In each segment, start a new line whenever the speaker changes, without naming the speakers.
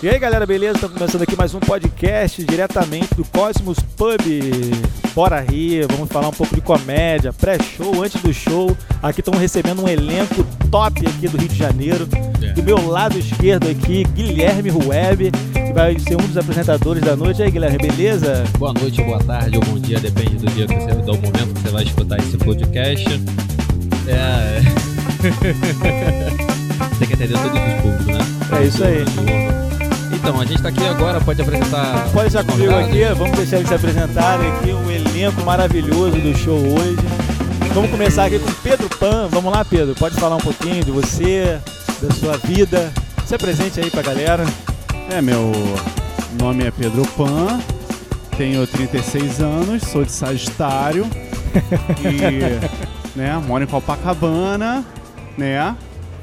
E aí galera, beleza? Estamos começando aqui mais um podcast diretamente do Cosmos Pub. Bora rir, vamos falar um pouco de comédia, pré-show, antes do show. Aqui estamos recebendo um elenco top aqui do Rio de Janeiro. Do meu lado esquerdo aqui, Guilherme Rueb, que vai ser um dos apresentadores da noite. E aí Guilherme, beleza?
Boa noite, boa tarde ou bom dia, depende do dia que você, do momento que você vai escutar esse podcast. É. Tem que atender todos os públicos, né?
É isso aí.
Então, a gente tá aqui agora, pode apresentar.
Pode já
os
comigo
convidados?
aqui, vamos deixar eles se apresentarem aqui, um elenco maravilhoso do show hoje. Vamos começar aqui com Pedro Pan. Vamos lá, Pedro, pode falar um pouquinho de você, da sua vida. Se apresente aí pra galera.
É, meu nome é Pedro Pan, tenho 36 anos, sou de Sagitário e, né, moro em Copacabana, né?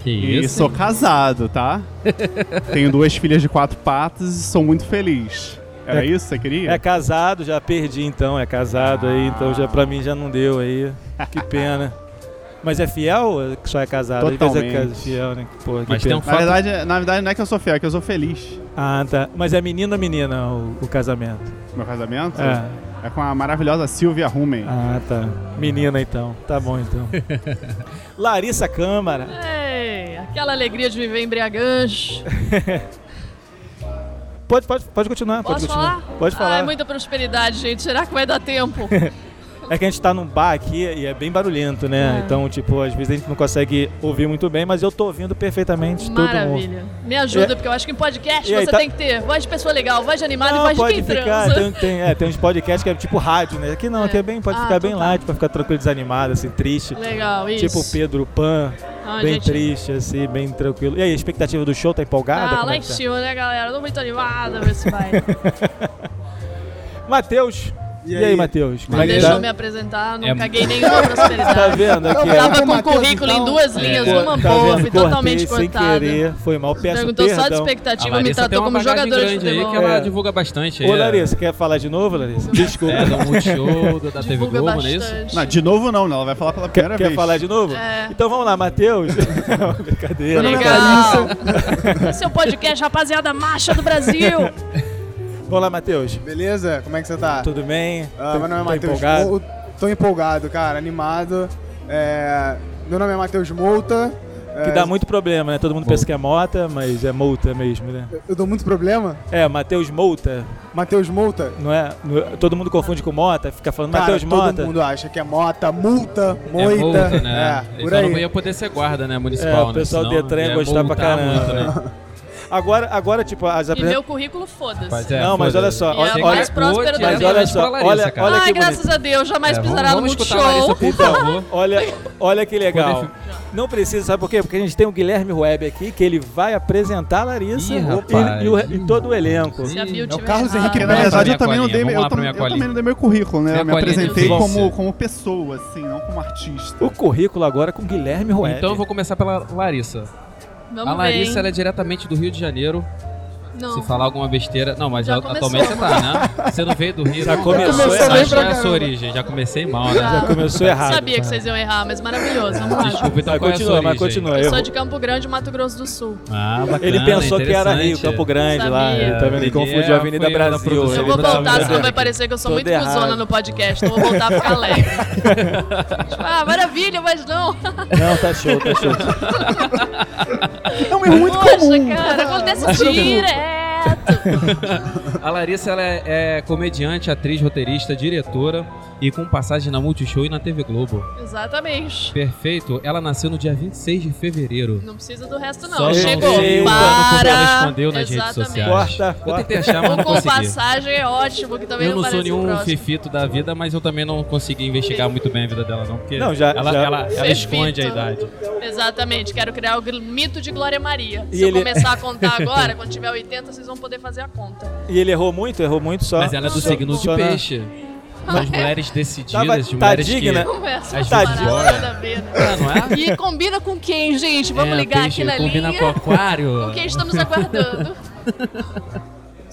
Que
E
isso?
sou casado, tá? Tenho duas filhas de quatro patas e sou muito feliz. Era isso que você queria?
É casado, já perdi então, é casado aí, então já pra mim já não deu aí. Que pena. Mas é fiel ou só é casado? Às vezes é
Totalmente.
ca- fiel, né? Porra, que
Mas tem
pena.
um
na,
fato.
verdade, na verdade, não é que eu sou fiel, é que eu sou feliz.
Ah, tá. Mas é menino ou menina o, o casamento?
Meu casamento
É.
é, com a maravilhosa Silvia Rumen.
Ah, tá. Menina, então. Tá bom, então. Larissa Câmara.
Ei, aquela alegria de viver em Breagãs.
Pode, pode, pode continuar. pode
Posso
continuar.
falar? Ah, é
Pode falar.
Ai, muita prosperidade, gente. Será que vai dar tempo?
É que a gente tá num bar aqui e é bem barulhento,
É.
né? Então, tipo, às vezes a gente não consegue ouvir muito bem, mas eu tô ouvindo perfeitamente todo mundo.
Maravilha. Me ajuda,
É.
porque eu acho que em podcast
E aí,
você
tá-
tem que ter voz de pessoa legal, voz Tá de animado e
Não,
voz de
pode
quem
ficar,
transa.
tem, tem, é, tem uns podcasts que é tipo rádio, né? Aqui não, aqui é bem, pode
Ah,
ficar bem
então tá.
light, pra ficar tranquilo, desanimado, assim, triste.
Legal, isso.
Tipo Pedro Pan,
Ah,
bem
gente.
triste, assim, bem tranquilo. E aí, a expectativa do show tá empolgada?
Ah,
Como
lá
é
em
que tá?
cima, né, galera? Tô muito animada ver se vai.
Matheus! E,
E
aí,
aí?
Matheus? Como
Não
é que
deixou
tá?
me apresentar, não
É-
caguei nenhuma prosperidade.
Tá vendo aqui? ó?
Tava com um
Mateus,
currículo em
então.
duas linhas,
É.
Tá
uma boa,
vendo?
fui
Cortei
totalmente
sem
cortada.
querer, foi mal, peço
Perguntou
perdão.
só de
A
expectativa, me
Larissa tem
tratou
uma
como
bagagem
jogadora de
grande aí
futebol.
que ela
É.
divulga bastante.
Ô
é-
Larissa, quer falar de novo, Larissa? Desculpa.
É, do Multishow, da da TV
Divulga
Globo, não é isso?
bastante.
Não, de novo não, não, ela vai falar pela
Quer,
primeira
quer
vez.
falar de novo?
É.
Então vamos lá, Matheus. Não, Brincadeira. né,
Legal. Esse é o podcast Rapaziada Marcha do Brasil.
Vamos lá, Matheus.
Beleza? Como é que você tá?
Tudo bem?
Ah, meu nome é
Tá
Matheus
empolgado?
Mou- Tô empolgado, cara, animado. É, Meu nome é Matheus Mouta.
Que
É,
dá muito problema, né? Todo mundo pensa que é mota, mas é multa mesmo, né?
Eu dou muito problema.
É, Matheus Mouta,
Matheus Mouta.
não é? Não- Todo mundo confunde com Mota, fica falando
Cara,
Matheus
todo
Mota.
mundo acha que é Mota, multa, moita.
é multa, né?
É,
Ele
por
só não
aí.
ia poder ser guarda, né?
É,
Municipal,
o pessoal
né?
do Detran ia gostar pra caramba.
né?
Agora, agora, tipo, as
E
apresentações.
meu currículo,
Mas
foda-se.
é,
Não, mas
foda-se.
olha só,
E olha- a olha- mais próspera do
Mas
Brasil.
olha só, olha, olha
Ai,
que
graças
bonito.
a Deus, jamais
É, vamos-
pisará no
vamos escutar a
Multishow.
Larissa, por favor.
Então, Olha, olha que legal.
Poder
Não precisa, sabe por quê? Porque a gente tem o Guilherme Web aqui, que ele vai apresentar a Larissa
Ih,
e-
rapaz.
e, o re- e todo o elenco.
Se a Bill
É o
É o
tiver
Carlos
errado.
Henrique
Na
Ibanez.
verdade,
minha
eu também, não
colinha,
dei,
vamos
eu,
lá pra
tam-
minha
eu
colinha.
também não dei meu currículo, né?
Minha
eu me
colinha,
apresentei
Deus.
como,
Você.
como pessoa, assim, não como artista.
O currículo agora com Guilherme Web.
Então eu vou começar pela Larissa.
Vamos
a Larissa
ver,
ela é diretamente do Rio de Janeiro.
hein? Não.
Então.
Se falar alguma besteira. Não, mas
Já
a-
começou.
atualmente você tá, né? Você não veio do Rio.
Já
não.
começou
Não,
errado.
Mas qual é a sua
Caramba.
origem? Já comecei mal, né?
Ah,
Começou errado.
Sabia que vocês iam errar, mas maravilhoso. Vamos lá.
Desculpa, então
Mas
qual é a sua
continua,
origem?
mas continua.
Eu
errou.
sou de Campo Grande, Mato Grosso do Sul.
Ah, bacana,
Ele pensou que era Rio,
interessante.
Campo Grande lá.
Sabia.
Ele, tá vendo? ele
Ele
confundiu a
é-
Avenida
foi da
Brasil.
produção.
ele
Eu vou
tava
voltar,
vendo.
senão vai parecer que eu sou
Todo
muito
errado.
cuzona no podcast. Então vou voltar a ficar alegre. Tipo, ah, maravilha, mas não.
Não, tá show, tá show.
É um erro muito
Poxa,
comum.
cara, acontece direto.
A Larissa ela é, é comediante, atriz, roteirista, diretora e com passagem na Multishow e na TV Globo.
Exatamente.
Perfeito. Ela nasceu no dia 26 de fevereiro.
Não precisa do resto, não.
Só não
Chegou.
sei o ano
que ela
Para.
escondeu nas redes
Exatamente.
sociais.
Corta,
Eu
corta.
tentei achar, mas
O
não
com
consegui.
passagem é ótimo, que também
Eu não sou
parece
nenhum
próximo.
fifito da vida, mas eu também não consegui investigar muito bem a vida dela, não. Porque
Não, já-
ela,
já-
ela- ela
Fifito.
esconde a idade.
Exatamente, quero criar o gl- mito de Glória Maria.
E
Se
ele-
eu começar a contar agora, quando tiver 80, vocês vão poder fazer a conta.
E ele errou muito, errou muito só.
Mas ela é do
só-
signo de
só na-
peixe. São as mulheres decididas,
Tava-
as
tá
mulheres
digna.
que...
Conversa
As
uma parada
Glória.
nada a ver, né?
Ah, não é?
E combina com quem, gente? Vamos
É,
ligar
peixe,
aqui na
combina
linha.
com aquário.
Com quem estamos aguardando?
Tá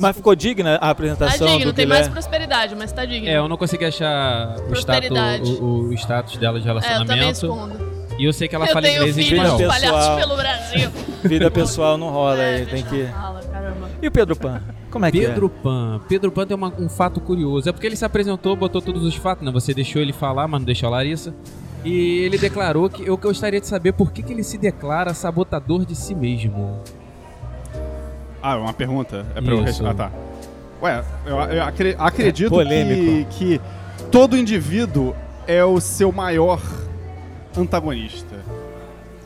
Mas ficou digna a
Tá
apresentação
digno,
do
tem mais
Guilherme.
prosperidade, mas tá digno.
É, eu não consegui achar o status,
Prosperidade.
o, o status dela de
É, eu também
relacionamento.
escondo.
e eu sei que ela
eu
fala
tenho
inglês e
filhos
espanhol.
Pessoal.
espalhados pelo Brasil.
Vida pessoal não rola aí, tem
É, deixa
que.
eu falar, cara. programa.
E o Pedro Pan? Como é que
Pedro Pan. Pedro Pan tem uma- um fato curioso. É porque ele se apresentou, botou todos os fatos, né? Você deixou ele falar, mas não deixou a Larissa. E ele declarou que eu gostaria de saber por que, que ele se declara sabotador de si mesmo.
Ah, é uma pergunta. É pra eu
Isso. É
responder. Ah, tá. Ué, eu, eu acre- acredito que,
polêmico.
que todo indivíduo é o seu maior antagonista.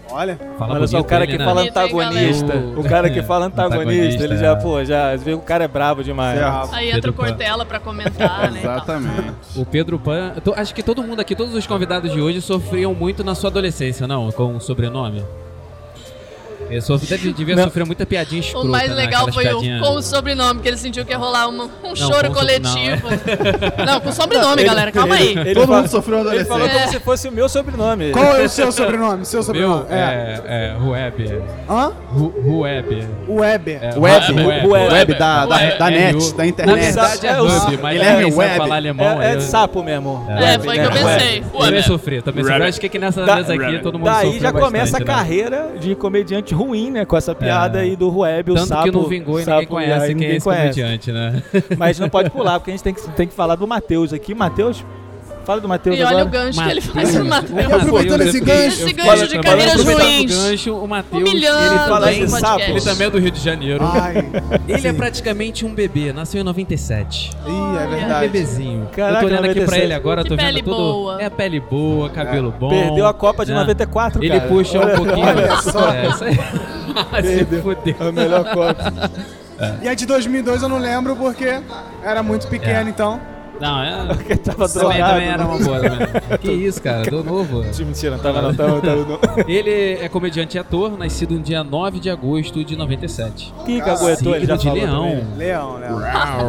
Olha,
é?
Fala
Olha só, o
bonito,
cara
ele,
que
né?
fala
Bonito, hein,
antagonista.
galera?
O cara que fala antagonista,
Antagonista,
ele já,
é.
pô, já vê que o cara é brabo demais.
Certo.
Aí entra
Pedro
o
Pan.
Cortella pra comentar, né? e tal.
Exatamente.
O Pedro Pan. eu tô- acho que todo mundo aqui, todos os convidados de hoje, sofriam muito na sua adolescência, não? Com o sobrenome. Ele sofre, deve- devia
Não.
sofrer muita piadinha
O
escrota,
mais
né?
legal
Aquelas
foi o,
piadinhas-
com o sobrenome, que ele sentiu que ia rolar um, um choro
com o sobre- não, é.
coletivo. Não, com o sobrenome,
Ele-
galera, calma aí. É.
ele- ele
Todo
fala-
mundo sofreu
Ele falou
adolescência.
como se fosse o meu sobrenome.
qual é o seu sobrenome? Seu sobrenome?
Meu? É, é, Rueb.
Hã?
Ru- Rueb.
Weber.
É,
Web,
Web,
web,
web,
da, da, da
É, é,
net,
é,
da
Na
internet.
verdade é
É o-
Hub, mas
ele
ele
é
é
web.
falar alemão.
É, é
eu-
de sapo mesmo.
É, foi o que eu pensei. Pô,
Também
né?
sofrer, também sofrer.
Rabbit.
Acho que aqui nessa
Da-
mesa aqui todo mundo
Daí
sofreu
já começa
bastante,
a
né?
carreira de comediante ruim, né? Com essa piada
É.
aí do Web, o
Tanto
sapo.
que não vingou e
sapo,
ninguém conhece
aí
quem é
ninguém
esse comediante, né?
Mas a gente não pode pular, porque a gente tem que, tem que falar do Matheus aqui. Matheus, fala do Matheus
E olha o
agora.
gancho que ele
Mateus,
faz pro
o
Matheus.
Mateus,
aproveitando
eu
esse
fiquei-
gancho.
eu
assim. Esse
fiquei
gancho de
trabalhando,
carreiras
aproveitando
ruins.
o gancho, o Matheus,
Humilhando
ele
Fala
também,
esse
podcast.
sapo.
ele também é do Rio de Janeiro.
Ai.
ele é
Ah, sim.
praticamente um bebê, nasceu em 97.
Ih, é
É um
verdade.
bebezinho. eu
Caraca,
tô olhando aqui pra
97.
ele agora,
Que
tô vendo
pele
tudo.
boa.
É pele boa, cabelo bom.
Perdeu a Copa de
né?
94,
Ele
cara.
puxa um pouquinho.
olha só.
É, isso aí. Ah, Se fudeu.
É a melhor Copa.
É.
E a de 2002 eu não lembro porque era muito pequeno, então.
Não, é.
Porque tava
Também,
drogado.
também era uma boa, né? Que isso, cara, do novo.
Mentira, não tava não, tava, tava não.
Ele é comediante e ator, nascido no dia 9 de agosto de 97.
Pica, aguentou, ele já
Signo de
falou
leão.
também.
Leão, Leão.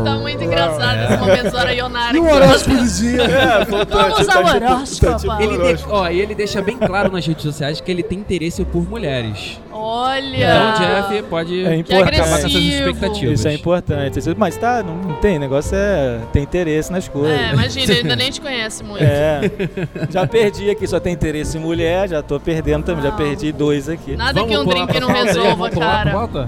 Tá muito engraçado esse momento do Arayonara.
E o horóscopo do dia?
É,
Vamos ao horóscopo.
Ele, de- ó, e ele deixa bem claro nas redes sociais que ele tem interesse por mulheres.
É.
Então o
Olha.
Jeff pode
É
Que
acabar com
importante.
essas
agressivo.
expectativas.
Isso é importante. Mas tá, não, não tem, negócio é. Tem interesse nas coisas.
É, imagina, ele ainda nem te conhece muito.
É. Já perdi aqui, só tem interesse em mulher, já tô perdendo também, já perdi dois aqui.
Nada que um
pular
drink
pra
não
pauta aí?
resolva,
Vamos pular pra
cara.
pauta?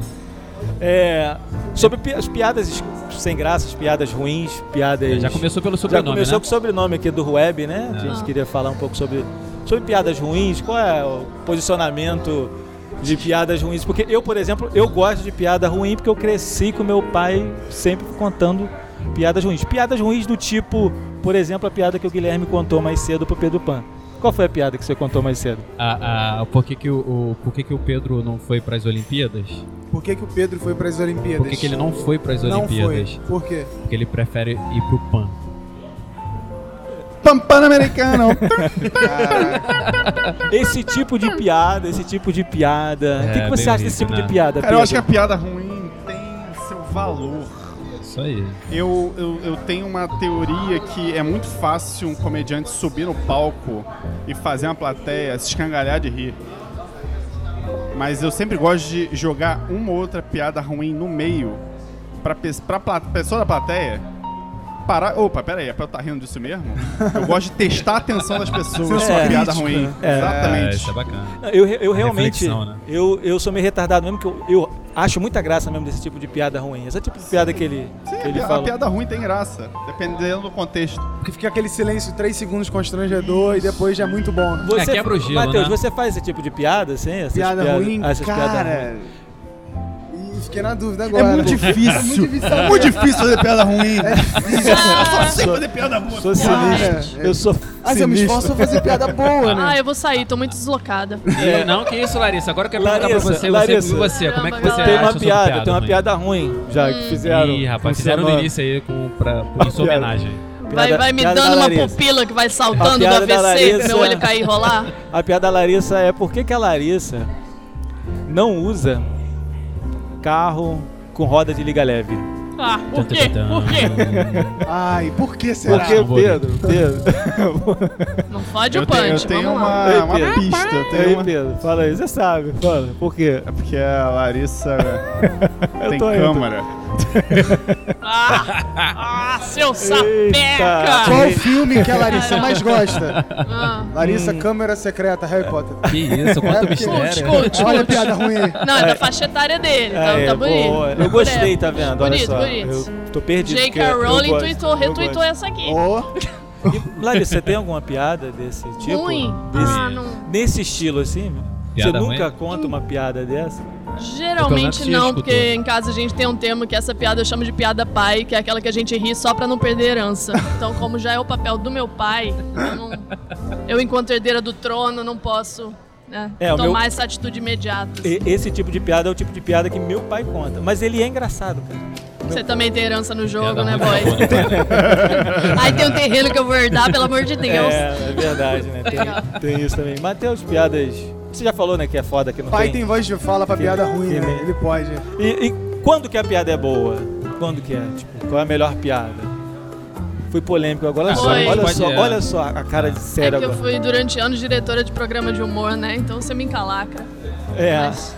É, sobre pi- as piadas es- sem graça, as piadas ruins, piadas.
Já começou pelo
Já
sobrenome,
começou
né?
com o sobrenome aqui do Web, né? A gente
Ah.
queria falar um pouco sobre, sobre piadas ruins, qual é o posicionamento de piadas ruins. Porque eu, por exemplo, eu gosto de piada ruim porque eu cresci com meu pai sempre contando piadas ruins. Piadas ruins do tipo, por exemplo, a piada que o Guilherme contou mais cedo pro Pedro Pan. Qual foi a piada que você contou mais cedo?
Ah, ah, por que, que o, o- por que, que o Pedro não foi pras Olimpíadas?
Por que, que o Pedro foi para as Olimpíadas?
Por que, que ele não foi pras
Não
Olimpíadas?
foi? Por quê?
Porque ele prefere ir pro PAN.
Pan-Pan-Americano.
Caraca.
Esse tipo de piada, esse tipo de piada. O
É,
que, que você
bem
acha desse tipo
horrível, né?
de piada?
Cara, eu acho que a
Pedro?
piada ruim tem seu valor.
Isso aí.
Eu, eu, eu tenho uma teoria que é muito fácil um comediante subir no palco e fazer uma plateia se escangalhar de rir. Mas eu sempre gosto de jogar uma ou outra piada ruim no meio pra, pes- pra pla- pessoa da plateia parar. Opa, pera aí, é pra eu estar rindo disso mesmo? Eu gosto de testar a atenção das pessoas com a
É.
piada ruim.
É.
É,
Exatamente.
isso é bacana.
Eu, re- eu realmente.
Reflexão, né?
eu, eu sou meio retardado mesmo, que eu, eu acho muita graça mesmo desse tipo de piada ruim. Esse tipo de piada que ele,
Sim,
que
a
ele
pi- a
fala.
piada ruim tem graça, dependendo do contexto.
Porque fica aquele silêncio três segundos constrangedor e depois já é muito bom. né?
Você,
É, quebra o gelo,
Matheus,
né?
você faz esse tipo de piada, assim? Essas
Piada
piadas,
ruim,
essas piadas ruins?
cara. Ih, fiquei na dúvida agora.
É muito difícil.
É muito difícil.
É muito difícil fazer piada ruim.
Ah,
Sem É, fazer piada ruim.
Sou sinistro.
assim é.
Eu sou
Mas eu me
sinistro.
esforço a fazer piada boa, né?
Ah, eu vou sair, tô muito deslocada.
E não, que isso, Larissa. Agora eu quero perguntar pra
É. Larissa,
você,
Larissa.
você, você como é que você
Caramba, galera.
Tem
acha
uma
sobre
piada, tem uma
mãe?
piada ruim já
Hum.
que fizeram.
Ih, rapaz,
Como se chama?
fizeram no início aí com, pra, em sua
é. piada.
homenagem.
Vai,
Piada-
vai me
piada da
dando uma
Larissa.
pupila que vai
A
saltando do
piada da
AVC,
Larissa.
meu olho cair e rolar.
A piada da Larissa é por que, que a Larissa não usa carro com roda de liga leve?
Ah, por quê? Por quê?
Ai, por que será?
Porque,
não Ah, vou ver.
Pedro, Pedro,
Não fode
Eu
o
tenho,
punch,
eu tenho
vamos lá.
uma, uma
Ei, Pedro.
pista. Eu
Ei,
tenho uma...
Pedro, fala aí, você sabe, fala, por quê?
É porque a Larissa tem
tô indo.
câmera.
Ah, ah, seu
Eita.
sapeca!
Qual filme que a Larissa mais gosta?
Ah,
Larissa,
Hum.
Câmera Secreta, Harry Potter.
Que isso,
É,
quanto
porque-
mistério.
Conte,
Olha a
conte.
piada ruim aí.
Não, é da faixa etária dele, então
É,
tá bonito.
boa.
Por
Eu gostei,
aí.
tá vendo? Olha
Bonito,
só.
bonito.
Eu tô perdido. porque
J.K.
eu
Rowling
gosto,
tweetou,
eu
retweetou
gosto.
essa aqui.
Ô,
E, Larissa, você tem alguma piada desse tipo?
Ruim?
Desse-
Ah, não.
Nesse estilo assim?
Piada
você
ruim?
nunca conta uma piada dessa?
Geralmente
Pelo menos
não,
se
porque
escutou.
em casa a gente tem um termo que essa piada eu chamo de piada pai, que é aquela que a gente ri só pra não perder herança. Então, como já é o papel do meu pai, eu, não- eu, enquanto herdeira do trono, não posso né,
É, o
tomar
meu-
essa atitude imediata.
E- esse tipo de piada é o tipo de piada que meu pai conta. Mas ele é engraçado, cara.
Você também tem herança no jogo,
Piada
né,
muito
boy?
boa, né?
Aí tem um terreno que eu vou herdar, pelo amor de Deus.
É, é verdade, né?
Legal.
Tem, tem isso também. Matheus, piadas. Você já falou, né, que é foda que não
pai
tem.
tem voz de fala pra piada ruim,
que-
né? Ele pode.
E, e quando que a piada é boa? Quando que é? Tipo, qual é a melhor piada? Fui polêmico agora. Olha só,
Foi.
olha
Pode
só,
é.
olha só a cara de
É
sério
que eu
agora.
fui durante anos diretora de programa de humor, né? Então você me encalaca.
É.
Mas,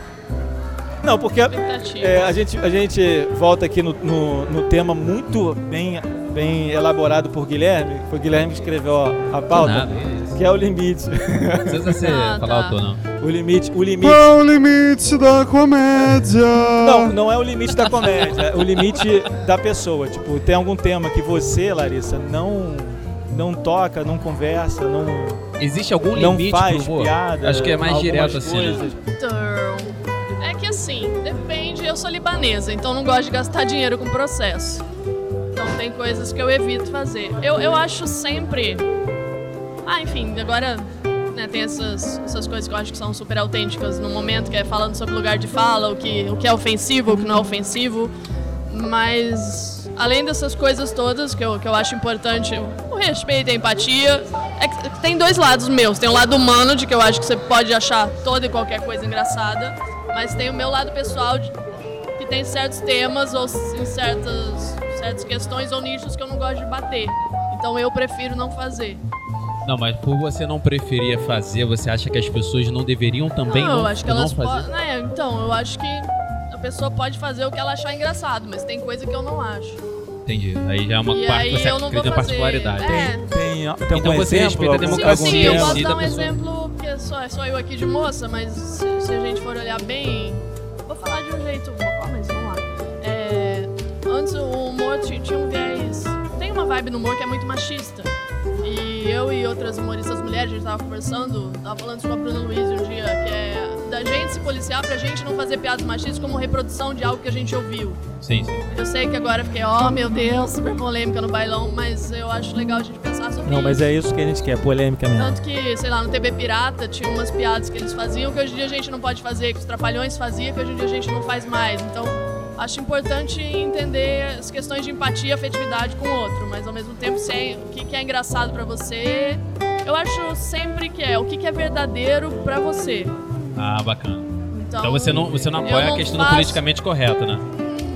Não, porque
expectativa.
é, a, gente, a gente volta aqui no, no, no tema muito bem, bem elaborado por Guilherme. Foi o Guilherme que escreveu a, a pauta.
Nada, isso.
Que é o limite.
Não precisa você
Ah,
falar
tá.
o autor, não.
o limite, o limite.
Qual o limite da comédia?
Não, não é o limite da comédia, é o limite da pessoa. Tipo, tem algum tema que você, Larissa, não não toca, não conversa, não
Existe algum
não
limite
faz
pro humor?
piada.
Acho que é mais
algumas
direto assim, né?
coisas.
Então, é que assim, depende. Eu sou libanesa, então não gosto de gastar dinheiro com processo. Então tem coisas que eu evito fazer. Eu, eu acho sempre. Ah, enfim, agora né, tem essas, essas coisas que eu acho que são super autênticas no momento, que é falando sobre lugar de fala, o que, o que é ofensivo, o que não é ofensivo. Mas além dessas coisas todas que eu, que eu acho importante, o respeito e a empatia, é que tem dois lados meus. Tem o lado humano, de que eu acho que você pode achar toda e qualquer coisa engraçada, mas tem o meu lado pessoal, de- que tem certos temas ou em certas, certas questões ou nichos que eu não gosto de bater. Então eu prefiro não fazer.
Não, mas por você não preferir fazer, você acha que as pessoas não deveriam também
não,
não,
eu acho que
não
elas
fazer?
podem. Né, então, eu acho que a pessoa pode fazer o que ela achar engraçado, mas tem coisa que eu não acho.
Entendi. Aí já é uma
e
parte
aí
que você
eu não vou
acredita na
fazer.
particularidade.
É,
Tem, tem
Então
algum
você
exemplo,
respeita a
algum-
Sim,
democracia.
algum
sim, eu
tema?
posso
da
dar um
pessoa.
exemplo, porque só, é só eu aqui de moça, mas se, se a gente for olhar bem. Vou falar de um jeito local, mas vamos lá. É, antes o humor ti- tinha um viés. Tem uma vibe no humor que é muito machista. E eu e outras humoristas mulheres, a gente tava conversando, tava falando isso com a Bruna Luiz um dia, que é da gente se policiar pra gente não fazer piadas machistas como reprodução de algo que a gente ouviu.
Sim, sim.
Eu sei que agora eu fiquei, oh meu Deus, super polêmica no bailão, mas eu acho legal a gente pensar sobre
Não,
isso.
mas é isso que a gente quer, polêmica mesmo.
Tanto que, sei lá, no TV Pirata tinha umas piadas que eles faziam que hoje em dia a gente não pode fazer, que os trapalhões faziam, que hoje em dia a gente não faz mais. Então, acho importante entender as questões de empatia e afetividade com o outro, mas ao mesmo tempo, se é- o que que é engraçado pra você. Eu acho sempre que é o que que é verdadeiro pra você.
Ah, bacana.
Então,
Então você não, você não
eu
apoia
não
a questão
faço-
do politicamente correto, né?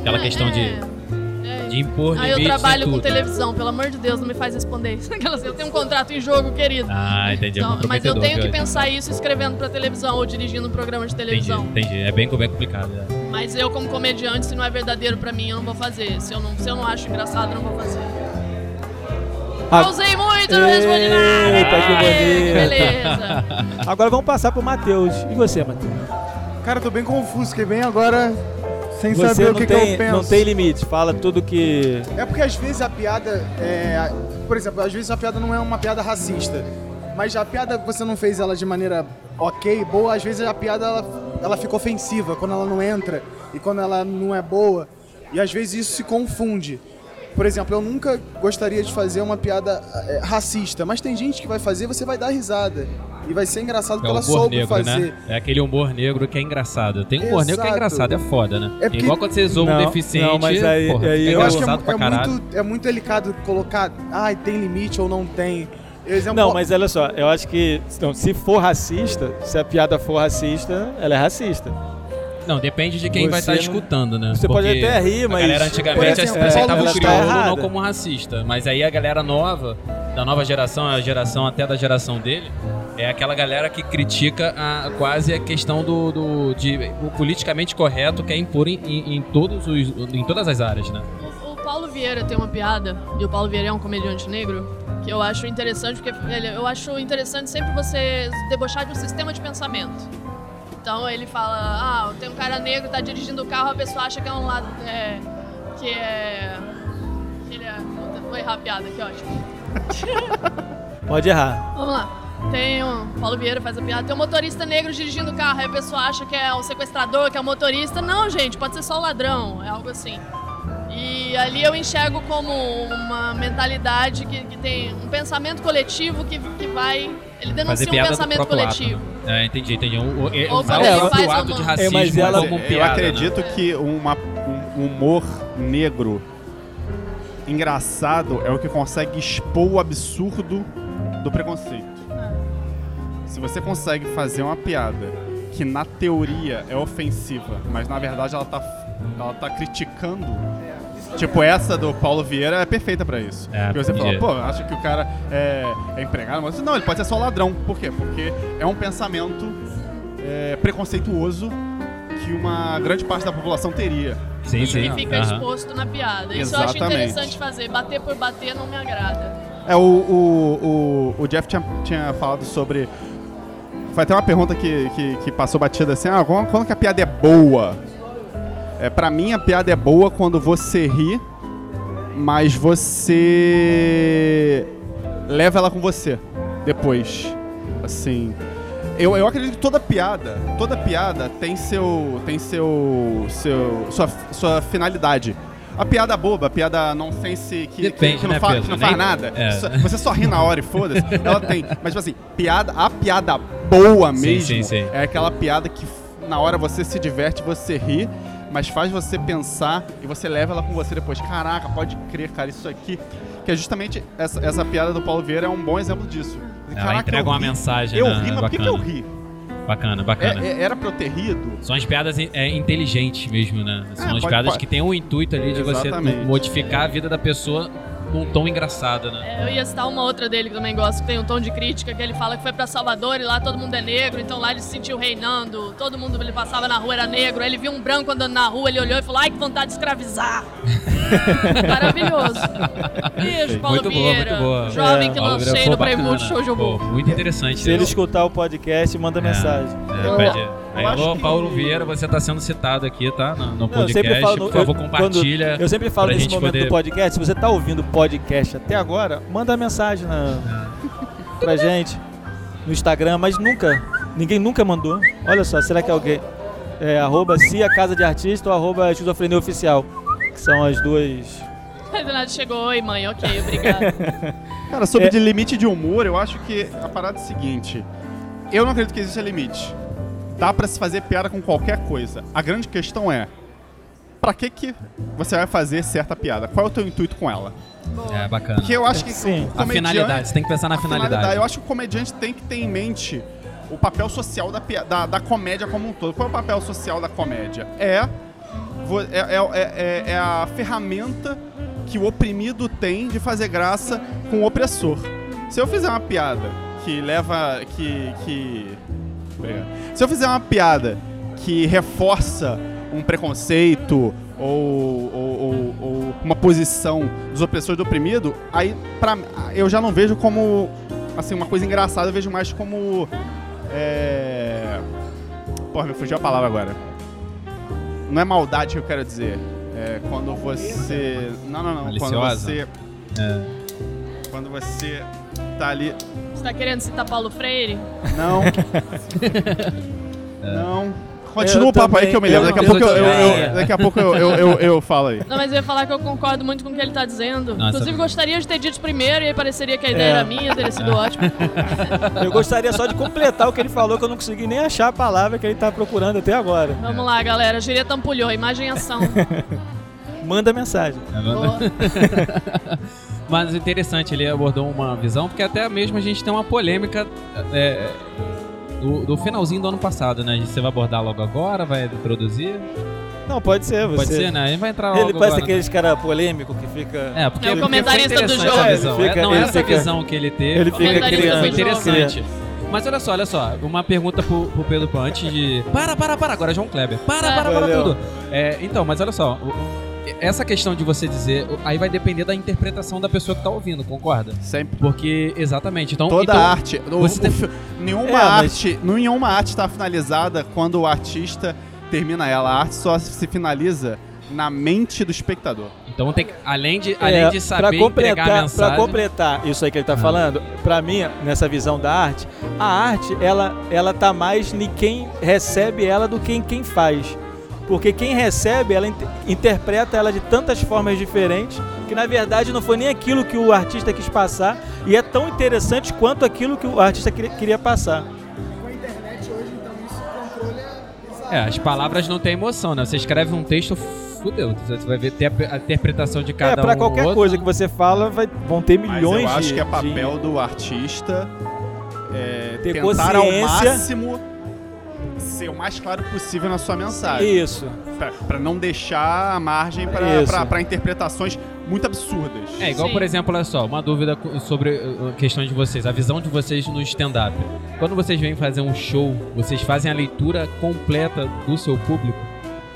Aquela
É,
questão de,
é.
de impor
Aí eu
limites em
trabalho com
tudo.
televisão, pelo amor de Deus, não me faz responder isso. Aquelas- Eu tenho um contrato em jogo, querido.
Ah, entendi. é
Então,
muito
mas eu
prometedor,
tenho
viu?
que pensar isso escrevendo pra televisão ou dirigindo um programa de
Entendi,
televisão.
entendi. É bem, bem complicado. é.
Mas eu, como comediante, se não é verdadeiro pra mim, eu não vou fazer. Se eu não, se eu não acho engraçado, eu não vou fazer.
Ah.
Ah,
Pausei muito, não respondi nada.
Eita, que bonito.
beleza.
Agora vamos passar pro Matheus. E você, Matheus?
Cara, eu tô bem confuso, fiquei bem agora sem
Você
saber
não,
o que, que
tem,
eu penso.
não tem limite, fala tudo que.
É porque às vezes a piada é. Por exemplo, às vezes a piada não é uma piada racista. Mas a piada você não fez ela de maneira ok, boa, às vezes a piada ela, ela fica ofensiva quando ela não entra e quando ela não é boa. E às vezes isso se confunde. Por exemplo, eu nunca gostaria de fazer uma piada é, racista, mas tem gente que vai fazer, você vai dar risada. E vai ser engraçado
É
porque
o
ela
humor
soube
negro,
fazer.
né? É aquele humor negro que é engraçado. Tem humor negro que é
Exato.
engraçado, é foda, né?
É porque-
Igual quando você zoa um
Não,
deficiente,
não, mas aí-
porra,
aí
fica
eu acho
engraçado pra
é
caralho.
muito, é muito delicado colocar, ai, tem limite ou não tem. Exemplo,
Não, mas olha só, eu acho que então, se for racista, se a piada for racista, ela é racista.
Não, depende de quem vai
Você
estar
não-
escutando, né?
Você pode até rir,
A
mas-
galera
Por
antigamente
exemplo,
aceitava
ela
o
tá
crioulo não
errada.
como racista. Mas aí a galera nova, da nova geração, a geração até da geração dele, É aquela galera que critica a- quase a questão do, do de, o politicamente correto que é impor em, em, em todos os, em todas as áreas, né?
O, o Paulo Vieira tem uma piada, e o Paulo Vieira é um comediante negro, que eu acho interessante, porque ele- eu acho interessante sempre você debochar de um sistema de pensamento. Então ele fala, ah, tem um cara negro, tá dirigindo o carro, a pessoa acha que é um lado. É, que é. que ele é. puta, Vou errar a piada, tipo, que ótimo.
Pode errar.
Vamos lá. Tem um. Paulo Vieira faz a piada. Tem um motorista negro dirigindo o carro. Aí a pessoa acha que é o sequestrador, que é o motorista. Não, gente, pode ser só o ladrão. É algo assim. E ali eu enxergo como uma mentalidade que, que tem um pensamento coletivo que, que vai. Ele denuncia um pensamento coletivo.
ato. né? É, entendi, entendi. O, o, é,
Ou
usar
quando ele
o
faz
ato
uma-
de
É,
racismo
mas ela-
como
eu
piada, né?
acredito que uma- um humor negro engraçado é o que consegue expor o absurdo do preconceito. Se você consegue fazer uma piada que na teoria é ofensiva, mas na verdade ela tá, ela tá criticando. Tipo, essa do Paulo Vieira é perfeita pra isso.
É,
Porque você fala,
podia.
pô, acha que o cara é, é empregado, mas não, ele pode ser só ladrão. Por quê? Porque é um pensamento é, preconceituoso que uma grande parte da população teria.
Sim, sim.
Ele fica
aham.
exposto na piada. Isso eu acho
Exatamente.
interessante fazer. Bater por bater não me agrada.
É, o, o, o, o Jeff tinha, tinha falado sobre. Foi até uma pergunta que, que, que passou batida assim: ah, quando, quando que a piada é boa? É, pra mim, a piada é boa quando você ri, mas você leva ela com você depois. Assim. Eu, eu acredito que toda piada, toda piada tem seu. tem seu. seu sua, sua finalidade. A piada boba, a piada nonsense que,
Depende,
que, que não,
né,
fala-
Pedro?
que não faz
Nem-
nada.
é.
Só- você só ri na hora e foda-se. Ela tem. Mas tipo assim, piada, a piada boa
Sim,
mesmo
sim, sim.
é aquela piada que f- na hora você se diverte, você ri, mas faz você pensar e você leva ela com você depois. Caraca, pode crer, cara, isso aqui. Que é justamente essa, essa piada do Paulo Vieira é um bom exemplo disso.
é
Ela entrega
eu
uma
ri,
mensagem.
Eu
né?
ri, mas por que, que
bacana,
eu ri?
Bacana,
É-
bacana.
é- era pra eu ter rido?
São as piadas é, inteligentes mesmo, né? São
É,
as
pode-
piadas
pode.
que tem o intuito ali de você
Exatamente.
modificar a vida da pessoa num tom engraçado, né?
É, Eu ia citar uma outra dele que eu também gosto, que tem um tom de crítica, que ele fala que foi pra Salvador e lá todo mundo é negro, então lá ele se sentiu reinando, todo mundo que ele passava na rua era negro, aí ele viu um branco andando na rua, ele olhou e falou, ai que vontade de escravizar. Maravilhoso. Beijo, Paulo
muito boa,
Vieira,
muito boa. É,
jovem que
Paulo
um lancei
Vieira,
no
pô,
Prêmio
bacana. né?
Show de
Pô,
Humor.
Muito interessante. né?
Se ele escutar o podcast, manda mensagem.
É,
Eu-
pede. Aí,
eu acho
alô,
que-
Paulo Vieira, você tá sendo citado aqui, tá? No, no
Não, eu
podcast.
sempre falo, no-
Por favor,
eu-
compartilha.
quando- eu sempre falo
pra
nesse
gente
momento
poder-
do podcast. Se você tá ouvindo o podcast até agora, manda mensagem na, pra gente no Instagram, mas nunca, ninguém nunca mandou. Olha só, será que alguém. É, arroba se a casa de artista ou arroba esquizofrenia oficial. Que são as duas.
Aí do nada chegou, oi mãe, ok, obrigado.
Cara, sobre
É.
de limite de humor, eu acho que a parada é a seguinte. Eu não acredito que exista limite. Dá pra se fazer piada com qualquer coisa. A grande questão é, pra que que você vai fazer certa piada? Qual é o teu intuito com ela?
É, bacana.
Porque eu acho que
Sim.
o
A
comediante-
finalidade, você tem que pensar na
a finalidade.
finalidade.
Eu acho que o comediante tem que ter em mente o papel social da, pia- da, da comédia como um todo. Qual é o papel social da comédia? É, vo- é, é- é- é- é a ferramenta que o oprimido tem de fazer graça com o opressor. Se eu fizer uma piada que leva. que. que... Obrigado. Se eu fizer uma piada que reforça um preconceito ou, ou- ou- ou uma posição dos opressores e do oprimido, aí pra, eu já não vejo como assim, uma coisa engraçada, eu vejo mais como. É... Porra, me fugiu a palavra agora. Não é maldade que eu quero dizer. É quando você. Não, não, não. Quando
Maliciosa?
você.
É.
Quando você tá ali.
Você tá querendo citar Paulo Freire?
Não.
É.
Não. Continua
Eu
o papo aí
também-
que eu me lembro.
eu
Daqui a
não-
pouco eu, eu- eu-
É.
daqui a pouco eu, eu, eu, eu falo aí.
Não, mas eu ia falar que eu concordo muito com o que ele tá dizendo.
Nossa.
Inclusive, gostaria de ter dito primeiro, e aí pareceria que a ideia
É.
era minha, teria sido ótimo.
Eu gostaria só de completar o que ele falou, que eu não consegui nem achar a palavra que ele tá procurando até agora.
Vamos lá, galera. Jureta ampulhou, imagem e ação.
Manda mensagem.
Boa.
assim, Mas é interessante, ele abordou uma visão, porque até mesmo a gente tem uma polêmica é, do, do finalzinho do ano passado, né? Você vai abordar logo agora, vai introduzir?
Não, pode ser, você.
Pode ser, né? Ele vai entrar logo
Ele parece
agora, né?
aqueles cara polêmico que fica.
É, porque
É o
porque foi
comentarista do
interessante
jogo.
essa visão.
Ele fica-
É, não é
ele
essa
fica-
visão que ele teve.
ele fica
Foi
criando.
interessante. Mas olha só, olha só. Uma pergunta pro, pro Pedro Pan antes de. Para, para, para. Agora, João Kleber. Para, para, para
Valeu.
tudo. É, então, mas olha só. o- Essa questão de você dizer. Aí vai depender da interpretação da pessoa que tá ouvindo, concorda?
Sempre.
Porque, exatamente. Então,
Toda
então,
arte. o-
você
o
tem-
fi- nenhuma,
É, mas-
arte, nenhuma arte está finalizada quando o artista termina ela. A arte só se finaliza na mente do espectador.
então tem que, além de, além de saber
É, pra
entregar a
completar, pra
mensagem.
completar isso aí que ele tá falando, pra mim, nessa visão da arte, a arte, ela, ela tá mais em quem recebe ela do que em quem faz. Porque quem recebe, ela int- interpreta ela de tantas formas diferentes que, na verdade, não foi nem aquilo que o artista quis passar e é tão interessante quanto aquilo que o artista queria- queria passar.
Com a internet hoje, então isso controlha.
É, as palavras não têm emoção, né? Você escreve um texto, fudeu. Você vai ver ter a, a interpretação de cada
é, pra
um
qualquer
outro.
coisa que você fala, vai- vão ter
Mas
milhões
eu acho
de,
que é
de-
papel do artista é,
Ter
tentar ao
consciência.
máximo ser o mais claro possível na sua mensagem.
Isso.
Pra- Pra não deixar a margem pra-
Isso.
pra pra interpretações muito absurdas.
É, igual,
Sim.
por exemplo, olha só, uma dúvida co- sobre uh, a questão de vocês, a visão de vocês no stand-up. Quando vocês vêm fazer um show, vocês fazem a leitura completa do seu público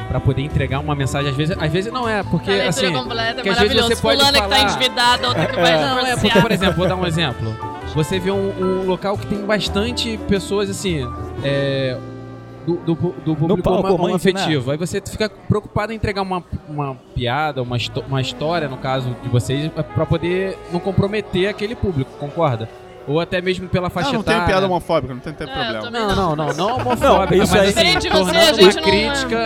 pra poder entregar uma mensagem. Às vezes, às vezes não é, porque
a Tá leitura
assim.
completa é
que às vezes
maravilhoso.
você pode
Fulana que tá
falar-
endividada, outra que vai
Não, é porque,
divorciar.
por exemplo, vou dar um exemplo. Você vê um, um local que tem bastante pessoas assim. É, do, do, pu- do público
palco,
homo-
mãe,
homoafetivo. Aí você fica preocupado em entregar uma, uma piada, uma, histó- uma história, no caso de vocês, é pra poder não comprometer aquele público, concorda? Ou até mesmo pela faixa
Ah, Não, não tem
etária.
piada homofóbica, não tem, tem
É, eu
problema.
também-
Não, não, não, não homofóbica,
Não, isso
mas
aí-
assim,
Diferente de você,
tornando
a gente
uma
não é-
crítica,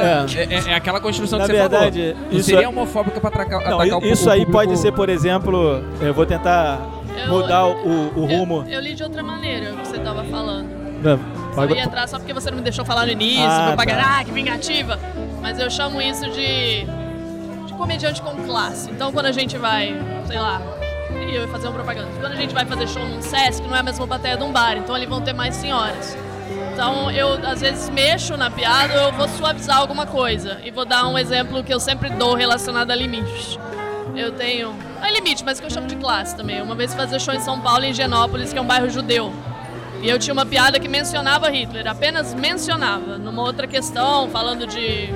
é, é- é aquela construção
Na
que você
verdade,
falou. Não
isso,
seria homofóbica pra atracar,
não,
atacar o
isso
o
aí
público-
pode ser, por exemplo, eu vou tentar
Eu-
mudar o, o rumo.
Eu, eu li de outra maneira o que você tava falando.
Não,
Eu
agora-
ia atrás só porque você não me deixou falar no início,
Ah,
propaganda,
tá.
ah, que vingativa. Mas eu chamo isso de, de comediante com classe. Então quando a gente vai, sei lá, e eu ia fazer uma propaganda. Quando a gente vai fazer show num Sesc, não é a mesma plateia de um bar, então ali vão ter mais senhoras. Então eu às vezes mexo na piada, eu vou suavizar alguma coisa. E vou dar um exemplo que eu sempre dou relacionado a limites. Eu tenho. Não é limite, mas que eu chamo de classe também. Uma vez fazer show em São Paulo, em Genópolis, que é um bairro judeu. E eu tinha uma piada que mencionava Hitler, apenas mencionava, numa outra questão, falando de.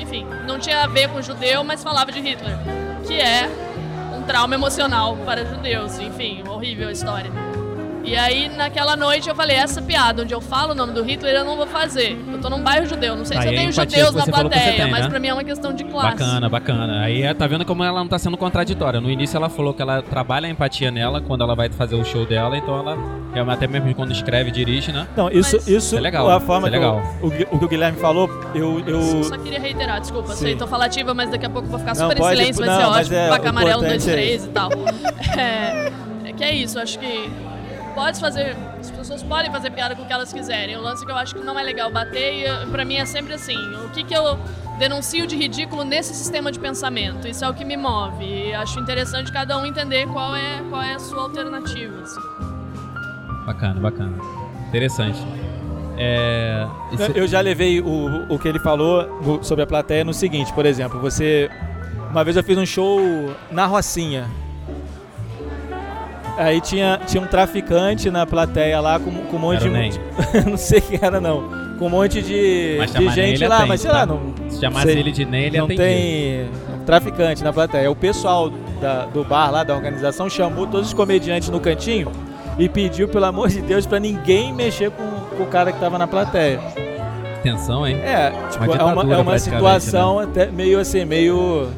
Enfim, não tinha a ver com judeu, mas falava de Hitler, que é um trauma emocional para judeus, enfim, horrível a história. E aí, naquela noite, eu falei: essa piada onde eu falo o nome do Hitler, eu não vou fazer. Eu tô num bairro judeu, não sei
Aí
se eu
é
tenho
empatia que
judeus na
você falou que você
plateia,
tem,
mas
né?
pra mim é uma questão de classe.
Bacana, bacana. Aí é- tá vendo como ela não tá sendo contraditória. No início ela falou que ela trabalha a empatia nela quando ela vai fazer o show dela, então ela é, até mesmo quando escreve, dirige, né?
Não, isso,
Mas-
isso
É legal,
a forma
isso é
que eu-
legal.
o, Gui- o que o Guilherme falou, eu, eu
Só queria reiterar, desculpa,
Sim.
sei, tô falativa, mas daqui a pouco vou ficar
Não,
super
pode,
em silêncio, vai
não,
ser
mas
ótimo,
é,
placa
o
amarelo 2,
importante é
3 e tal. É, é que é isso, acho que pode fazer, as pessoas podem fazer piada com o que elas quiserem, o lance que eu acho que não é legal bater, e eh, pra mim é sempre assim, o que que eu denuncio de ridículo nesse sistema de pensamento, isso é o que me move, e acho interessante cada um entender qual é, qual é a sua alternativa, assim.
Bacana, bacana. Interessante. É. isso-
Eu já levei o, o que ele falou no- sobre a plateia no seguinte, por exemplo, você. Uma vez eu fiz um show na Rocinha. Aí tinha, tinha um traficante na plateia lá com, com um monte
Era o Ney.
de. não sei quem era não. Com um monte de,
Mas
de
chamar Ney,
gente
ele
lá,
atende,
mas sei lá,
tá?
não.
Se chamasse
sei.
ele de é Ney, né, ele
não
atendia.
tem traficante na plateia. É O pessoal da- do bar lá, da organização, chamou todos os comediantes no cantinho e pediu, pelo amor de Deus, pra ninguém mexer com, com o cara que tava na plateia.
Tensão, hein?
É, tipo, é
ditadura,
uma,
né?
é uma
praticamente,
situação até meio assim, meio.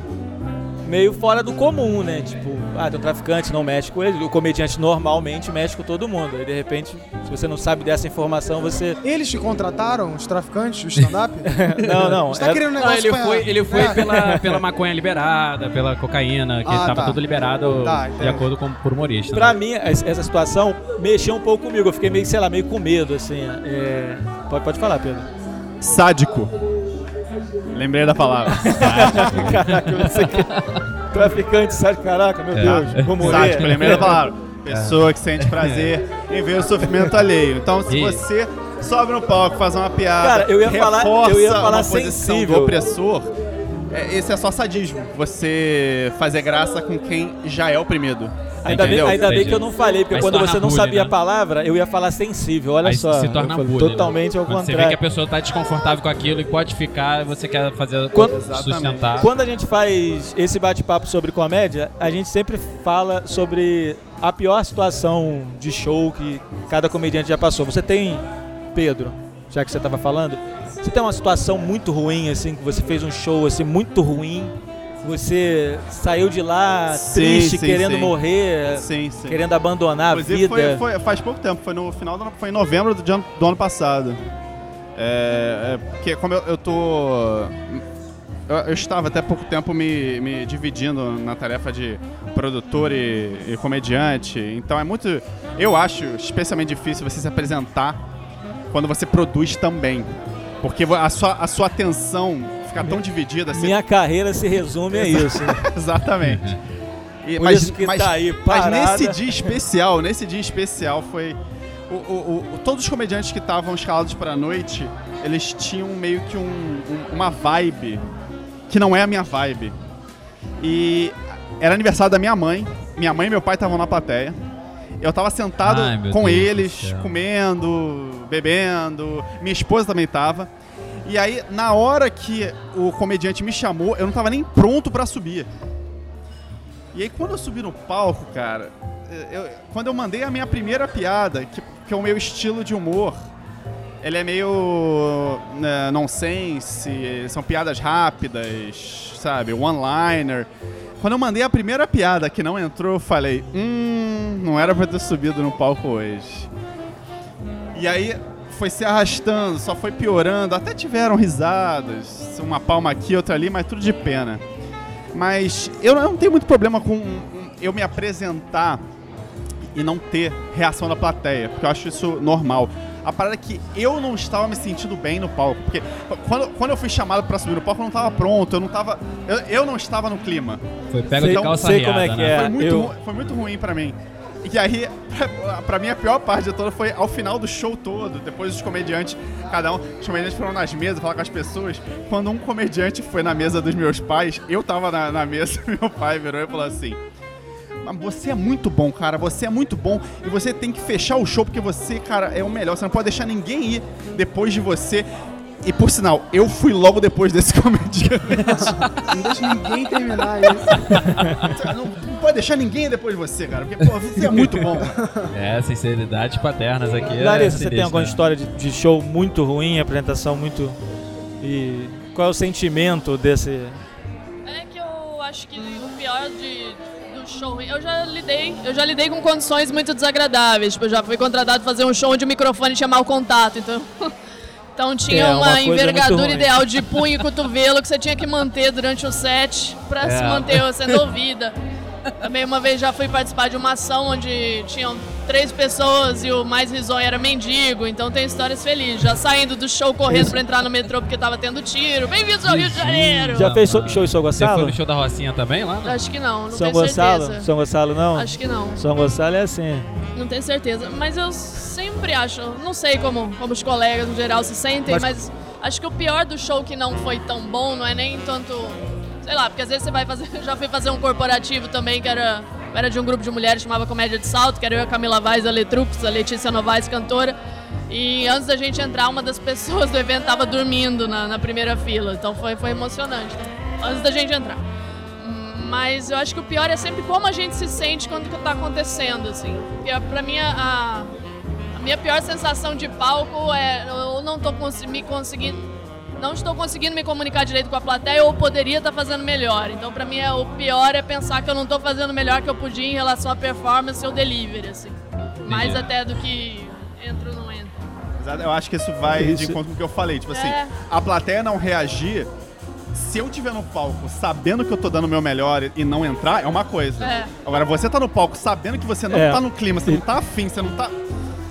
meio fora do comum, né? Tipo, ah, tem um traficante, não mexe com ele. O comediante normalmente mexe com todo mundo. Aí, de repente, se você não sabe dessa informação, você.
Eles te contrataram, os traficantes, o stand-up?
Não, não.
Você tá
é-
querendo
Não,
um negócio
ele
pra-
foi, ele foi
É.
pela, pela maconha liberada, pela cocaína, que
Ah,
tava
tá.
tudo liberado
Tá,
de
entendi.
acordo com por humorista.
Pra
né?
mim, es- essa situação mexeu um pouco comigo. Eu fiquei meio, sei lá, meio com medo, assim. é. Pode, pode falar, Pedro.
Sádico. Lembrei da palavra.
Caraca, eu não sei o que. Traficante, sai caraca, meu
É.
Deus. Vou morrer.
Sádico, lembrei da palavra.
É.
Pessoa que sente prazer em ver o sofrimento alheio. Então, se
E-
você sobe no palco, faz uma piada,
Cara, eu ia falar-
reforça
eu ia falar
uma posição
sensível.
do opressor, é, esse é só sadismo. Você fazer graça com quem já é oprimido.
Ainda bem,
Entendeu?
ainda bem que
Entendi.
eu não falei, porque
Aí se
quando
torna
você não
bullying,
sabia a
né?
palavra, eu ia falar sensível, olha
Aí
só.
se torna
Eu falei
bullying, né?
totalmente ao
Quando Você vê que
contrário.
a pessoa tá desconfortável com aquilo e pode ficar, você quer fazer
Quando-
sustentar.
Quando a gente faz esse bate-papo sobre comédia, a gente sempre fala sobre a pior situação de show que cada comediante já passou. Você tem, Pedro, já que você estava falando, você tem uma situação muito ruim, assim, que você fez um show assim, muito ruim, você saiu de lá
Sim,
triste,
sim,
querendo
sim.
morrer,
Sim, sim.
querendo abandonar a
Inclusive,
vida.
foi, foi- faz pouco tempo, foi no final do ano, foi em novembro do, de ano- do ano passado. É, é, porque como eu, eu tô. Eu, eu estava até pouco tempo me, me dividindo na tarefa de produtor e, e comediante. Então é muito. Eu acho especialmente difícil você se apresentar quando você produz também. Porque vo- a sua, a sua atenção fica tão dividida assim.
Minha carreira se resume a isso. né?
Exatamente. E-
Por isso que tá aí,
mas
parada.
nesse dia especial, nesse dia especial foi. o- o- o- todos os comediantes que estavam escalados para a noite, eles tinham meio que um- um- uma vibe que não é a minha vibe. E era aniversário da minha mãe. Minha mãe e meu pai estavam na plateia. Eu tava sentado
Ai, meu
com
Deus do
eles,
céu.
comendo, bebendo. Minha esposa também tava. E aí, na hora que o comediante me chamou, eu não tava nem pronto pra subir. E aí, quando eu subi no palco, cara, eu- quando eu mandei a minha primeira piada, que, que é o meu estilo de humor, ele é meio né, nonsense, são piadas rápidas, sabe? One-liner. Quando eu mandei a primeira piada que não entrou, eu falei: Hum, não era pra ter subido no palco hoje. E aí foi se arrastando, só foi piorando, até tiveram risadas, uma palma aqui, outra ali, mas tudo de pena. Mas eu não tenho muito problema com um, eu me apresentar e não ter reação da plateia, porque eu acho isso normal. A parada é que eu não estava me sentindo bem no palco, porque quando, quando eu fui chamado para subir no palco, eu não estava pronto, eu não estava eu, eu não estava no clima.
Foi pega
Sei-
de calça
sei como é
riada,
que
né?
é.
Foi muito,
eu-
ru- foi muito ruim pra mim. E aí, pra, pra mim, a pior parte de toda foi ao final do show todo, depois os comediantes, cada um, os comediantes foram nas mesas falar com as pessoas. Quando um comediante foi na mesa dos meus pais, eu tava na, na mesa, meu pai virou e falou assim: "Mas Você é muito bom, cara, você é muito bom e você tem que fechar o show porque você, cara, é o melhor. Você não pode deixar ninguém ir depois de você. E por sinal, eu fui logo depois desse comediante.
Não deixa ninguém terminar isso.
Não, não pode deixar ninguém depois de você, cara, porque pô, você é muito bom. cara.
É, sinceridade paternas aqui. é
Larissa, você tem
sinistra,
alguma
né?
história de, de show muito ruim, apresentação muito. E qual é o sentimento desse.
É que eu acho que o pior de, do show, eu já lidei, eu já lidei com condições muito desagradáveis. Tipo, eu já fui contratado pra fazer um show onde o microfone tinha mau contato, então então tinha
É, uma
uma,
coisa muito
envergadura
ruim.
ideal de punho e cotovelo que você tinha que manter durante o set pra se
É.
manter sendo ouvida. Também uma vez já fui participar de uma ação onde tinham três pessoas e o mais risonho era mendigo, então tem histórias felizes. Já saindo do show correndo pra entrar no metrô porque tava tendo tiro. Bem-vindos ao Rio de Janeiro!
Já
Ah,
fez
mano.
show, show em São
Você foi
Gonçalo?
no show da Rocinha também lá? né?
Acho que não, não
São
tenho
Gonçalo?
certeza.
São Gonçalo não?
Acho que não,
São Gonçalo é assim.
não tenho certeza. Mas eu sempre acho, não sei como, como os colegas no geral se sentem, mas... acho que o pior do show que não foi tão bom não é nem tanto. Sei lá, porque às vezes você vai fazer. Eu já fui fazer um corporativo também que era, era de um grupo de mulheres, chamava Comédia de Salto, que era eu, a Camila Vaz, a Letrux, a Letícia Novaes, cantora. E antes da gente entrar, uma das pessoas do evento tava dormindo na, na primeira fila, então foi, foi emocionante. né? Antes da gente entrar. Mas eu acho que o pior é sempre como a gente se sente quando que tá acontecendo, assim. Porque pra mim a, a minha pior sensação de palco é eu não tô consi- me conseguindo. Não estou conseguindo me comunicar direito com a plateia ou poderia estar fazendo melhor. Então, pra mim, é, o pior é pensar que eu não tô fazendo o melhor que eu podia em relação à performance ou delivery, assim. Mais
Entendi.
até do que entro ou não entro.
Exato, Eu acho que isso vai de
Isso.
encontro com o que eu falei. Tipo assim,
É.
a plateia não reagir. Se eu tiver no palco sabendo que eu tô dando o meu melhor e não entrar, é uma coisa.
É.
Agora, você tá no palco sabendo que você não
É.
tá no clima, você não tá afim, você não tá.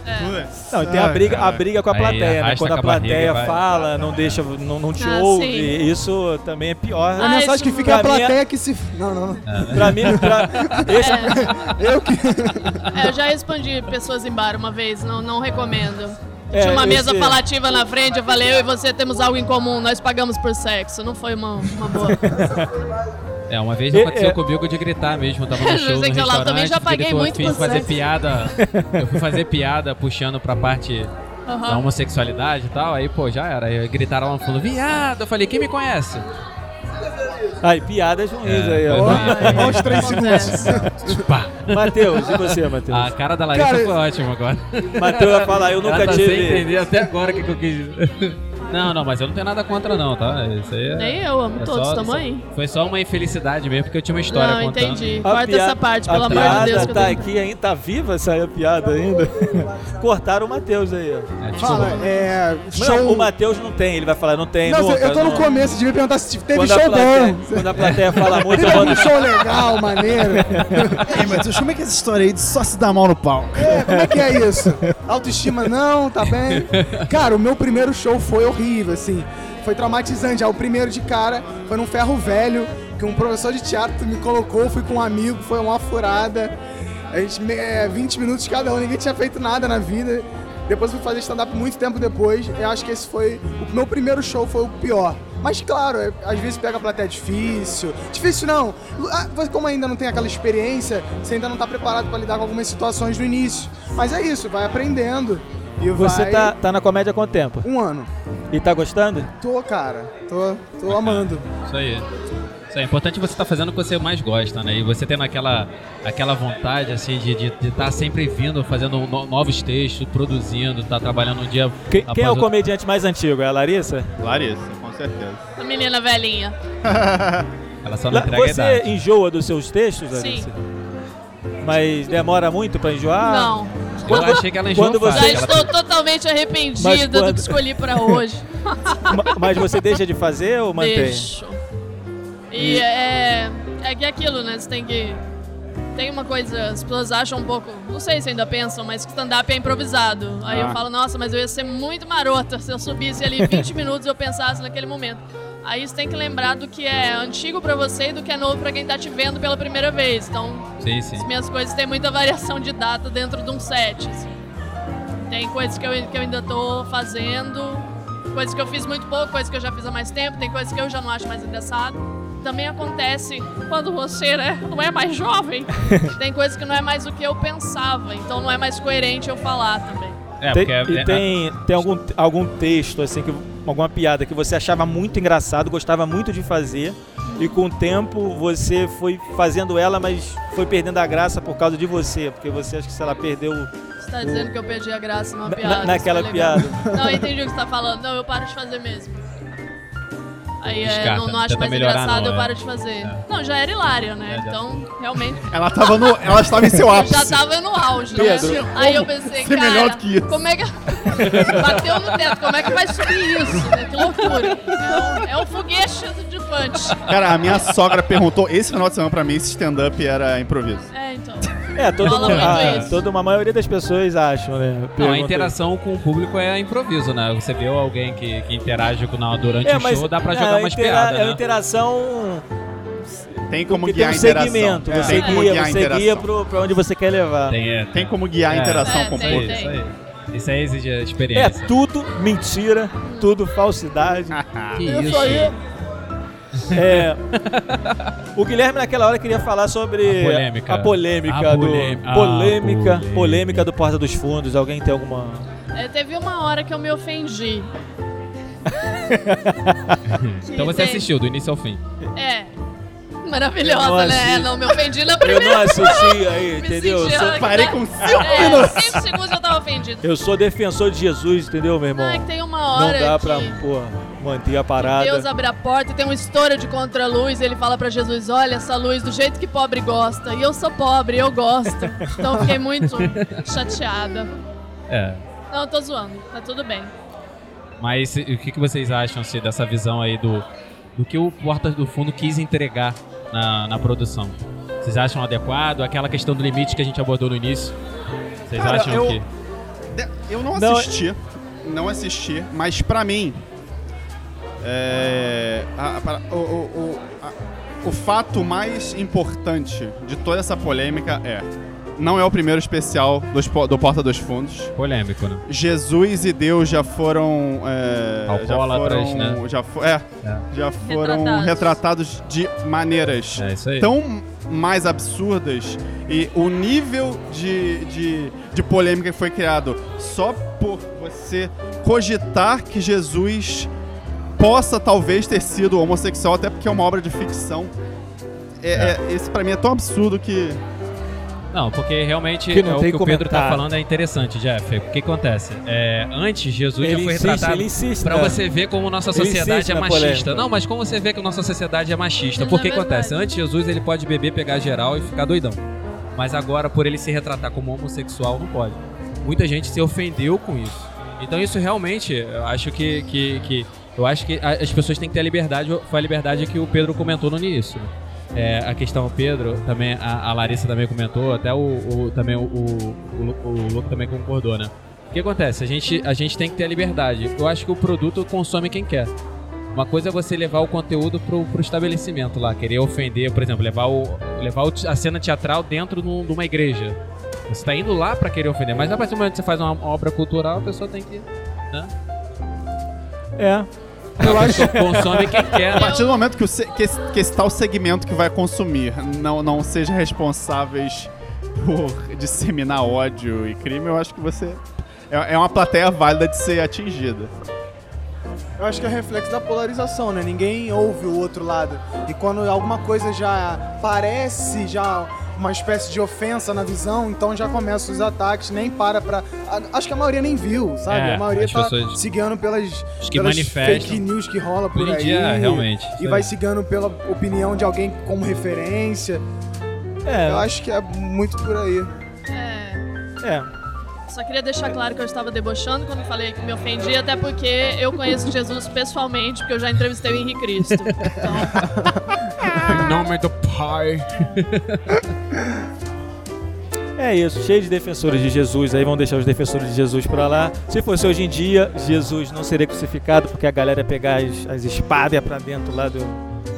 É.
Putz,
Não, e tem a
ai,
briga, a
cara.
briga com a
Ah, Aí
plateia, né?
arrasta
Quando
com
a
a barriga
plateia
e vai.
fala, não deixa, não, não te
Ah,
ouve.
sim.
Isso também é pior.
A
Ah,
mensagem que
isso
fica é a
pra mim é-
plateia que se. Não, não, não.
Pra mim, pra- esse-
Eu que.
É, eu já respondi pessoas em bar uma vez, não, não recomendo.
É,
Tinha uma mesa
esse-
falativa na frente, eu falei, eu e você temos algo em comum, nós pagamos por sexo. Não foi uma, uma boa.
É, uma vez
É,
aconteceu
é.
comigo de gritar mesmo. Eu tava no
Eu
show, no
sei que lá, eu
restaurante,
também já paguei
gritou,
muito
eu
por
fui fazer
sexo.
piada. Eu fui fazer piada puxando pra parte da
Aham.
homossexualidade e tal. Aí, pô, já era. Aí gritaram lá no fundo, viado. Eu falei, quem me conhece?
Aí, piadas ruins
É,
aí,
pois
ó.
Ai,
Aos três segundos.
acontece.
Pá.
Matheus, e você,
A
Matheus?
cara da Larissa
Cara,
foi ótima agora.
Matheus vai falar, eu
Ela
nunca
tá sem
tive.
entender até agora o que, que eu quis dizer. Não, não, mas eu não tenho nada contra não, tá? Isso aí é...
Nem eu, amo
é
todos,
só-
tamo aí.
Foi só uma infelicidade mesmo, porque eu tinha uma história
Não,
contando.
entendi.
A
Corta
pia-
essa parte, pelo
a
amor de Deus.
piada
que eu
tá
tenho-
aqui ainda, tá viva essa piada ainda. Cortaram o Matheus aí, ó.
É, desculpa.
Fala, é.
Não,
Show.
o Matheus não tem, ele vai falar, não tem.
Não,
nunca,
eu tô no
não.
começo, devia perguntar se teve
Quando a,
show
plateia,
bom.
quando a plateia fala muito,
Teve
a banda-
algum show legal, maneiro.
Ei, Matheus, como é que é essa história aí de só se dar mal no palco?
É, como é que é isso? Autoestima não, tá bem? Cara, o meu primeiro show foi horrível, assim. Foi traumatizante. Ah, o primeiro de cara foi num ferro velho, que um professor de teatro me colocou, fui com um amigo, foi uma furada. A gente, me- é, 20 minutos cada um, ninguém tinha feito nada na vida. Depois fui fazer stand-up muito tempo depois. Eu acho que esse foi. O meu primeiro show foi o pior. Mas claro, é- às vezes pega a plateia difícil. Difícil não. Ah, você- Como ainda não tem aquela experiência, você ainda não tá preparado para lidar com algumas situações no início. Mas é isso, vai aprendendo. E
Você
vai-
tá, tá na comédia há quanto tempo?
Um ano.
E tá gostando?
Tô, cara. Tô, tô amando.
Isso aí. Isso aí. É importante você estar fazendo o que você mais gosta, né? E você tendo aquela, aquela vontade, assim, de estar de, tá sempre vindo, fazendo no- novos textos, produzindo, tá trabalhando um dia.
Quem, quem é o
após outro.
comediante mais antigo? É a Larissa?
Larissa, com certeza.
A menina velhinha.
Ela só não
La-
entrega a
você
idade.
enjoa dos seus textos,
Sim.
Larissa? Mas demora muito pra enjoar?
Não.
Eu achei que ela enjoou
Quando
fácil.
Já
você-
Ela- tá-
estou totalmente
Mas
arrependida do
quando-
que escolhi pra hoje.
Ma- Mas você deixa de fazer ou mantém?
Deixo. E é, é que é aquilo, né? Você tem que. Tem uma coisa, as pessoas acham um pouco. Não sei se ainda pensam, mas que stand-up é improvisado. Aí
Ah.
eu falo, nossa, mas eu ia ser muito marota se eu subisse ali 20 minutos e eu pensasse naquele momento. Aí você tem que lembrar do que é antigo pra você e do que é novo pra quem tá te vendo pela primeira vez. Então,
Sim, sim.
As minhas coisas têm muita variação de data dentro de um set. assim. Tem coisas que eu, que eu ainda tô fazendo, coisas que eu fiz muito pouco, coisas que eu já fiz há mais tempo, tem coisas que eu já não acho mais engraçado. Também acontece quando você né, não é mais jovem, tem coisas que não é mais o que eu pensava, então não é mais coerente eu falar também.
É,
Tem-
porque é,
e
é-
tem, tem algum, algum texto, assim, que, alguma piada que você achava muito engraçado, gostava muito de fazer, e com o tempo você foi fazendo ela, mas foi perdendo a graça por causa de você, porque você acha que, sei lá, perdeu.
Você tá dizendo que eu perdi a graça numa
Na-
piada. tá isso
naquela
foi legal.
piada.
Não, eu entendi o que você tá falando. Não, eu paro de fazer mesmo. Aí é,
Descarta,
não, não
não
acho
tenta
mais
melhorar,
engraçado,
não,
eu
é.
paro de fazer. Não, já era hilária, né?
É, já.
então, realmente,
Ela tava no. Ela estava em seu
eu
ápice.
já tava no auge, né?
Pedro,
Aí eu pensei,
ser
cara,
melhor do que isso?
como é que... Bateu no teto, como é que vai subir isso? né? Que loucura. É um, é um foguete de punch.
Cara, a minha sogra perguntou esse final de semana pra mim se stand-up era improviso.
É, então.
É, todo
Rola
mundo-
muito
ah,
isso.
toda uma maioria das pessoas acham, né?
Não, é a
Pergunta-
interação com o público é improviso, né? Você vê alguém que, que interage com, na, durante
É,
o
mas
show, dá pra
é,
jogar
a
umas
intera-
piadas,
É uma
né?
interação.
Tem como
Porque tem
guiar
um
a interação.
segmento.
É.
Você
Tem como
guia,
guiar a
você guia
interação.
pro, pra onde você quer levar.
Tem, é,
Tem como guiar a
É.
interação
É,
com o
tem,
Isso,
público.
tem.
isso aí. Isso aí exige
É
experiência.
tudo mentira, tudo falsidade.
Que
Isso aí.
É, o Guilherme naquela hora queria falar sobre
A polêmica.
a polêmica,
A
do,
polê-
polêmica,
a polêmica.
polêmica do Porta dos Fundos. Alguém tem alguma?
É, teve uma hora que eu me ofendi.
Então você
Tem-
assistiu do início ao fim.
É.
Eu não
Maravilhosa, né?
assisto.
Não, me ofendi na
Eu
primeira.
não assisti aí,
Me
entendeu? Eu
senti
sou,
ela-
Parei com cinco
É, cinco segundos eu tava ofendido.
eu sou defensor de Jesus, entendeu, meu irmão?
Não, é que tem uma
Não
hora
dá
que
pra pô, manter a parada.
Deus abre a porta e tem um estouro de contra-luz. e Ele fala pra Jesus, olha essa luz do jeito que pobre gosta. E eu sou pobre, eu gosto. Então eu fiquei muito chateada.
É.
Não, eu tô zoando. Tá tudo bem.
Mas e, o que, que vocês acham se, dessa visão aí do, do que o Portas do Fundo quis entregar na, na produção? Vocês acham adequado? Aquela questão do limite que a gente abordou no início? Vocês
Cara,
acham
eu-
que.
De- É, Eu não
Não,
assisti, não, assisti, mas pra mim, é, a- a- para- o, o- o- a- o fato mais importante de toda essa polêmica é não é o primeiro especial dos po- do Porta dos Fundos.
Polêmico, né?
Jesus e Deus já foram. É,
Alcoólatras,
já foram,
né?
Já, fo- é,
É.
já foram
Retratados.
retratados de maneiras
É isso aí.
tão mais absurdas e o nível de, de, de polêmica que foi criado só por você cogitar que Jesus possa talvez ter sido homossexual, até porque é uma obra de ficção. É, é- esse pra mim é tão absurdo que.
Não, porque realmente
Que não
é o
tem
que o Pedro tá
comentário.
falando é interessante, Jeff. O que acontece? É, antes, Jesus já
Ele
foi
insiste,
retratado.
ele insiste.
Pra
né?
você ver como nossa
Ele
sociedade
insiste
é
na
machista.
polêmica.
Não, mas como você vê que nossa sociedade é machista?
Isso
Por
é
que
verdade.
acontece? Antes Jesus ele pode beber, pegar geral e ficar doidão. Mas agora, por ele se retratar como homossexual, não pode. Muita gente se ofendeu com isso. Então isso realmente, eu acho que. que, que- eu acho que a- as pessoas têm que ter a liberdade, foi a liberdade que o Pedro comentou no início. É, a questão do Pedro, também, a, a Larissa também comentou, até o, o- também o, o, o, Lu- o Luco também concordou, né? O que acontece? A gente, a gente tem que ter a liberdade. Eu acho que o produto consome quem quer. Uma coisa é você levar o conteúdo pro, pro estabelecimento lá, querer ofender, por exemplo, levar, o, levar o te- a cena teatral dentro num- de uma igreja. Você tá indo lá pra querer ofender, mas a partir do momento que você faz uma obra cultural, a pessoa tem que.
É.
Eu acho que consome quem quer. né?
A partir do momento que, o se- que esse, que esse tal segmento que vai consumir não, não seja responsáveis por disseminar ódio e crime, eu acho que você. É é uma plateia válida de ser atingida.
Eu acho que é reflexo da polarização, né? Ninguém ouve o outro lado. E quando alguma coisa já parece já uma espécie de ofensa na visão, então já começam os ataques, nem para pra. A- Acho que a maioria nem viu, sabe?
É,
a maioria
as
tá
pessoas-
se guiando pelas,
Os que
pelas
manifestam.
fake news que rola por
Hoje em
aí.
dia, realmente.
E vai se guiando pela opinião de alguém como referência. Eu
É,
acho que é muito por aí.
É.
é.
Só queria deixar claro que eu estava debochando quando falei que me ofendi, até porque eu conheço Jesus pessoalmente, porque eu já entrevistei o Henrique Cristo. Então,
Em nome do Pai.
É isso, cheio de defensores de Jesus aí, vão deixar os defensores de Jesus pra lá. Se fosse hoje em dia, Jesus não seria crucificado, porque a galera ia pegar as, as espadas e ia pra dentro lá do.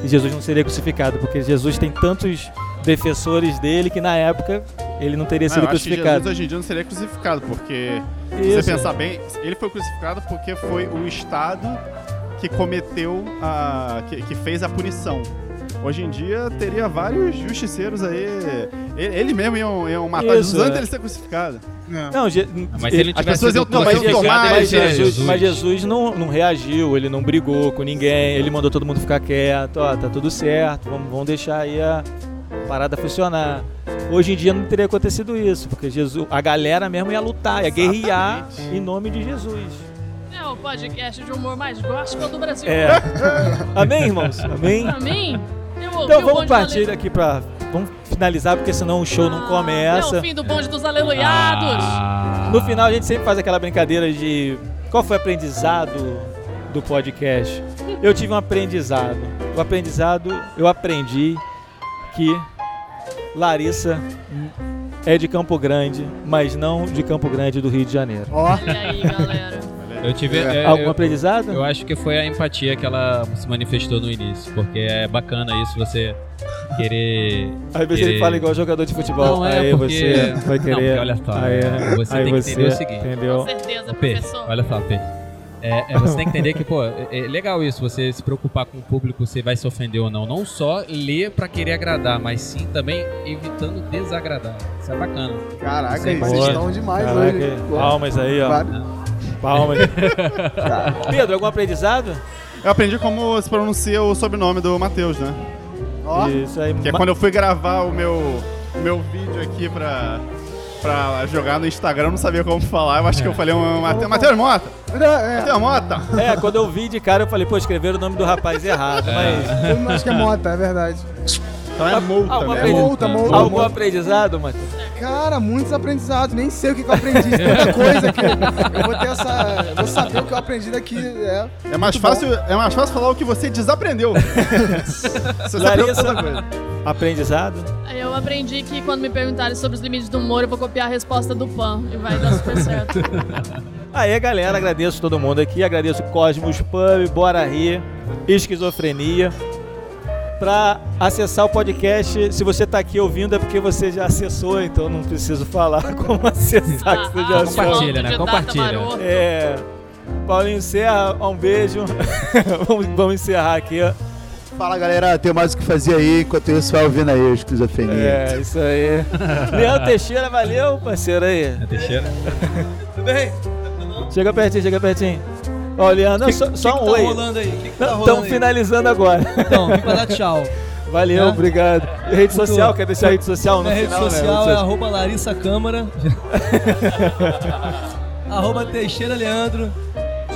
E Jesus não seria crucificado, porque Jesus tem tantos defensores dele que na época ele não teria
Não,
sido
Ah, eu acho que Jesus
crucificado.
hoje em dia não seria crucificado, porque se
Isso.
você pensar bem, ele foi crucificado porque foi o Estado que cometeu a. que, que fez a punição. Hoje em dia teria vários justiceiros aí. Ele, ele mesmo iam, iam matar
Isso,
Jesus antes
é.
dele ser crucificado.
Não, Je-
Ah, Mas se ele
As
tivesse
pessoas iam
sido
tomar-
mas,
iam
Jesus,
tomar
mas
esse
Jesus-
né? Jesus.
mas Jesus não, não reagiu, ele não brigou com ninguém, ele mandou todo mundo ficar quieto, ó, tá tudo certo, vamos, vamos deixar aí a parada funcionar. Hoje em dia não teria acontecido isso, porque Jesus, a galera mesmo ia lutar, ia guerrear em nome de Jesus.
é o podcast de humor mais gospel do Brasil.
É. Amém, irmãos? Amém?
Pra mim, eu ouvi
Então
o
vamos
bonde da
partir daqui pra. Vamos finalizar, porque senão o show não
É
começa. Ah.
o fim do bonde dos aleluiados.
No final a gente sempre faz aquela brincadeira de qual foi o aprendizado do podcast. Eu tive um aprendizado. O aprendizado, eu aprendi que Larissa é de Campo Grande, mas não de Campo Grande do Rio de Janeiro.
Ó,
Olha aí, galera.
Eu tive. é,
Algum
eu-
aprendizado?
Eu acho que foi a empatia que ela se manifestou no início, porque é bacana isso você querer.
Aí você
querer-
fala igual jogador de futebol.
Não, é
aí
porque-
você vai
Não,
querer.
porque olha só,
aí, é.
você
aí
tem que
você
entender o seguinte.
Entendeu?
Com certeza,
Ô, P,
professor.
olha só, P. É, é, você tem que entender que, pô, é, é legal isso, você se preocupar com o público, se vai se ofender ou não. Não só ler pra querer agradar, mas sim também evitando desagradar. Isso é bacana.
caraca,
Sem
aí, vocês
boa.
estão demais
Caraca,
hoje. hein? Pô,
palmas aí, ó.
claro.
Palmas. Pedro, algum aprendizado?
Eu aprendi como se pronuncia o sobrenome do Matheus, né?
Ó,
Isso aí.
Que é
ma-
quando eu fui gravar o meu, o meu vídeo aqui pra, pra jogar no Instagram, eu não sabia como falar. Eu acho que eu falei um Mate- Matheus Mota!
é,
Matheus Mota!
É, quando eu vi de cara, eu falei, pô, escreveram o nome do rapaz errado, mas.
é, eu acho que é mota, é verdade.
Então é multa,
Alguma
É
né?
vez-
multa, multa.
Algum
multa.
aprendizado, Matheus?
Cara, muitos aprendizados. Nem sei o que, que eu aprendi. de Tanta coisa que eu vou ter essa. eu Vou saber o que eu aprendi daqui. É.
É mais, fácil, é mais fácil falar o que você desaprendeu. Se você aprendeu
Larissa,
tanta coisa.
aprendizado?
Aí Eu aprendi que quando me perguntarem sobre os limites do humor, eu vou copiar a resposta do Pan e vai dar super certo.
Aí, galera, agradeço todo mundo aqui, agradeço Cosmos Pub, Bora Rir, Esquizofrenia. para acessar o podcast. Se você tá aqui ouvindo é porque você já acessou, então não preciso falar como acessar que Tá, você já
Ah,
acessou.
Compartilha,
ponto
né?
de
Compartilha.
data maroto.
É. Paulinho Serra, um beijo. vamos, vamos encerrar aqui. ó.
Fala galera, tem mais o que fazer aí. Enquanto isso, vai ouvindo aí os esquizofrenia.
É, isso aí. Leandro Teixeira, valeu, parceiro aí.
É Teixeira.
Chega pertinho, chega pertinho. Ó, Leandro, só, só um oi.
aí? O que, que
Estamos finalizando agora.
Então, pra dar tchau.
Valeu,
Né?
obrigado. E rede
Muito-
social, quer deixar a rede social no
Minha rede
final, né?
social é arroba Larissa Câmara. arroba Teixeira Leandro.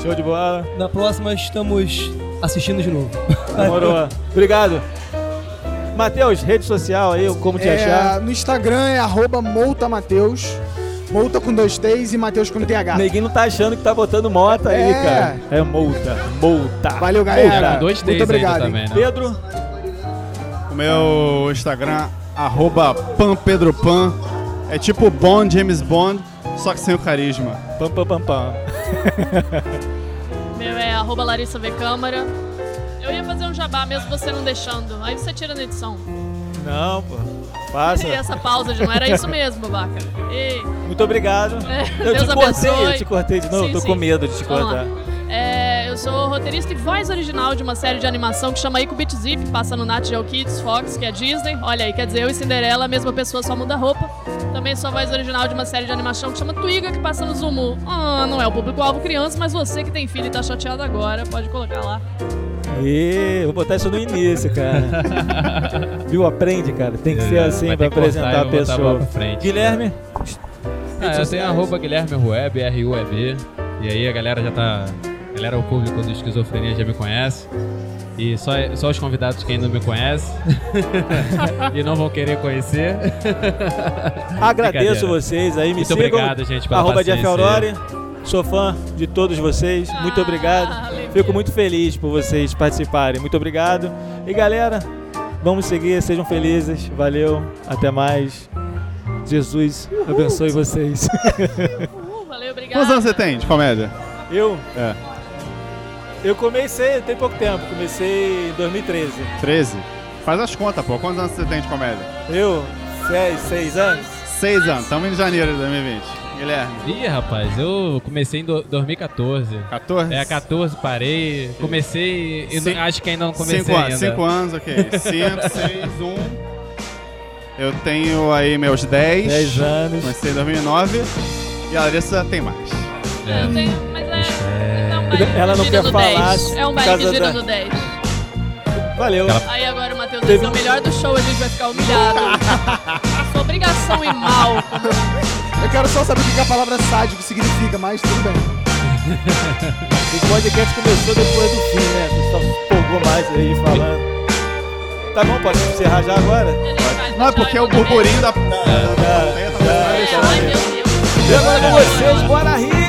Show de bola.
Na próxima estamos assistindo de novo.
Demorou. Obrigado. Matheus, rede social aí, como te
É,
achar.
No Instagram é arroba moutamateus. Multa com dois T's e Mateus com TH.
Neguinho não tá achando que tá botando mota aí,
É.
cara. É multa, multa.
Valeu,
É,
galera.
com dois
Muito
T's ainda
obrigado. hein?
também, né?
Pedro,
O meu Instagram, arroba panpedropan. É tipo Bond, James Bond, só que sem o carisma.
pam pam pam pam.
Meu é arroba Larissa V Câmara. Eu ia fazer um jabá mesmo você não deixando. Aí você tira na edição.
Não, pô.
E
Passa.
essa pausa de não era isso mesmo, babaca. Ei,
Muito obrigado. Eu
Deus
te cortei,
abençoe.
eu te cortei de novo.
Sim,
Tô
sim.
com medo de te
Vamos
cortar.
lá. É, eu sou roteirista e voz original de uma série de animação que chama Ico Beat Zip, passa no Nat Geo Kids, Fox, que é Disney. Olha aí, quer dizer, eu e Cinderela, a mesma pessoa, só muda a roupa. Também sou a voz original de uma série de animação que chama Twiga, que passa no Zumu. Ah, não é o público-alvo criança, mas você que tem filho e tá chateado agora, pode colocar lá.
Ê, vou botar isso no início, cara. Viu? Aprende, cara. Tem que ser assim
Vai
pra
ter que cortar e
apresentar a
vou botar lá
pessoa.
pra frente. né?
Guilherme,
Ah, eu
sociais.
tenho arroba Guilherme Rueb, R-U-E-B. E aí a galera já tá. A galera, o público do Esquizofrenia já me conhece. E só, só os convidados que ainda não me conhecem e não vão querer conhecer.
agradeço
Brincadeira.
vocês aí. Me
Muito
sigam.
obrigado, gente, pela
arroba Jeff
paciência.
Aurori. Sou fã de todos vocês. Muito
Ah,
obrigado.
alegria.
Fico muito feliz por vocês participarem. Muito obrigado. E galera, vamos seguir. Sejam felizes. Valeu. Até mais. Jesus abençoe vocês.
Uh, valeu, obrigado.
Quantos anos você tem de comédia?
Eu,
É,
eu comecei tem pouco tempo. Comecei em 2013.
13? Faz as contas, pô. Quantos anos você tem de comédia?
Eu, seis, seis anos.
Seis anos. Estamos em janeiro de 2020. Guilherme,
Ih, rapaz, eu comecei em do- 2014.
14?
É, 14, parei. Comecei. eu não-
Cinco-
acho que ainda não comecei
cinco
ainda.
anos, cinco anos, ok. Cinco, seis, um. Eu tenho aí meus 10.
Dez anos.
Comecei em 2009. E a Larissa tem mais.
Eu
É.
tenho, mas é, é um bike
Ela não
giro
quer
no
falar
10. É
por
um bike
causa
giro
da-
no 10.
Valeu.
Aí agora o Matheus
Teve
disse,
um-
o melhor do show, a gente vai ficar humilhado. Sua obrigação e mal.
Eu quero só saber o que a palavra sádico significa, mas tudo bem.
O podcast começou depois do fim, né? Você só empolgou mais aí falando. Tá bom, pode encerrar já agora?
Não, é porque é o burburinho da. da- da- da- da- da- da-
Tá,
É, ai meu Deus.
E agora com vocês, bora rir!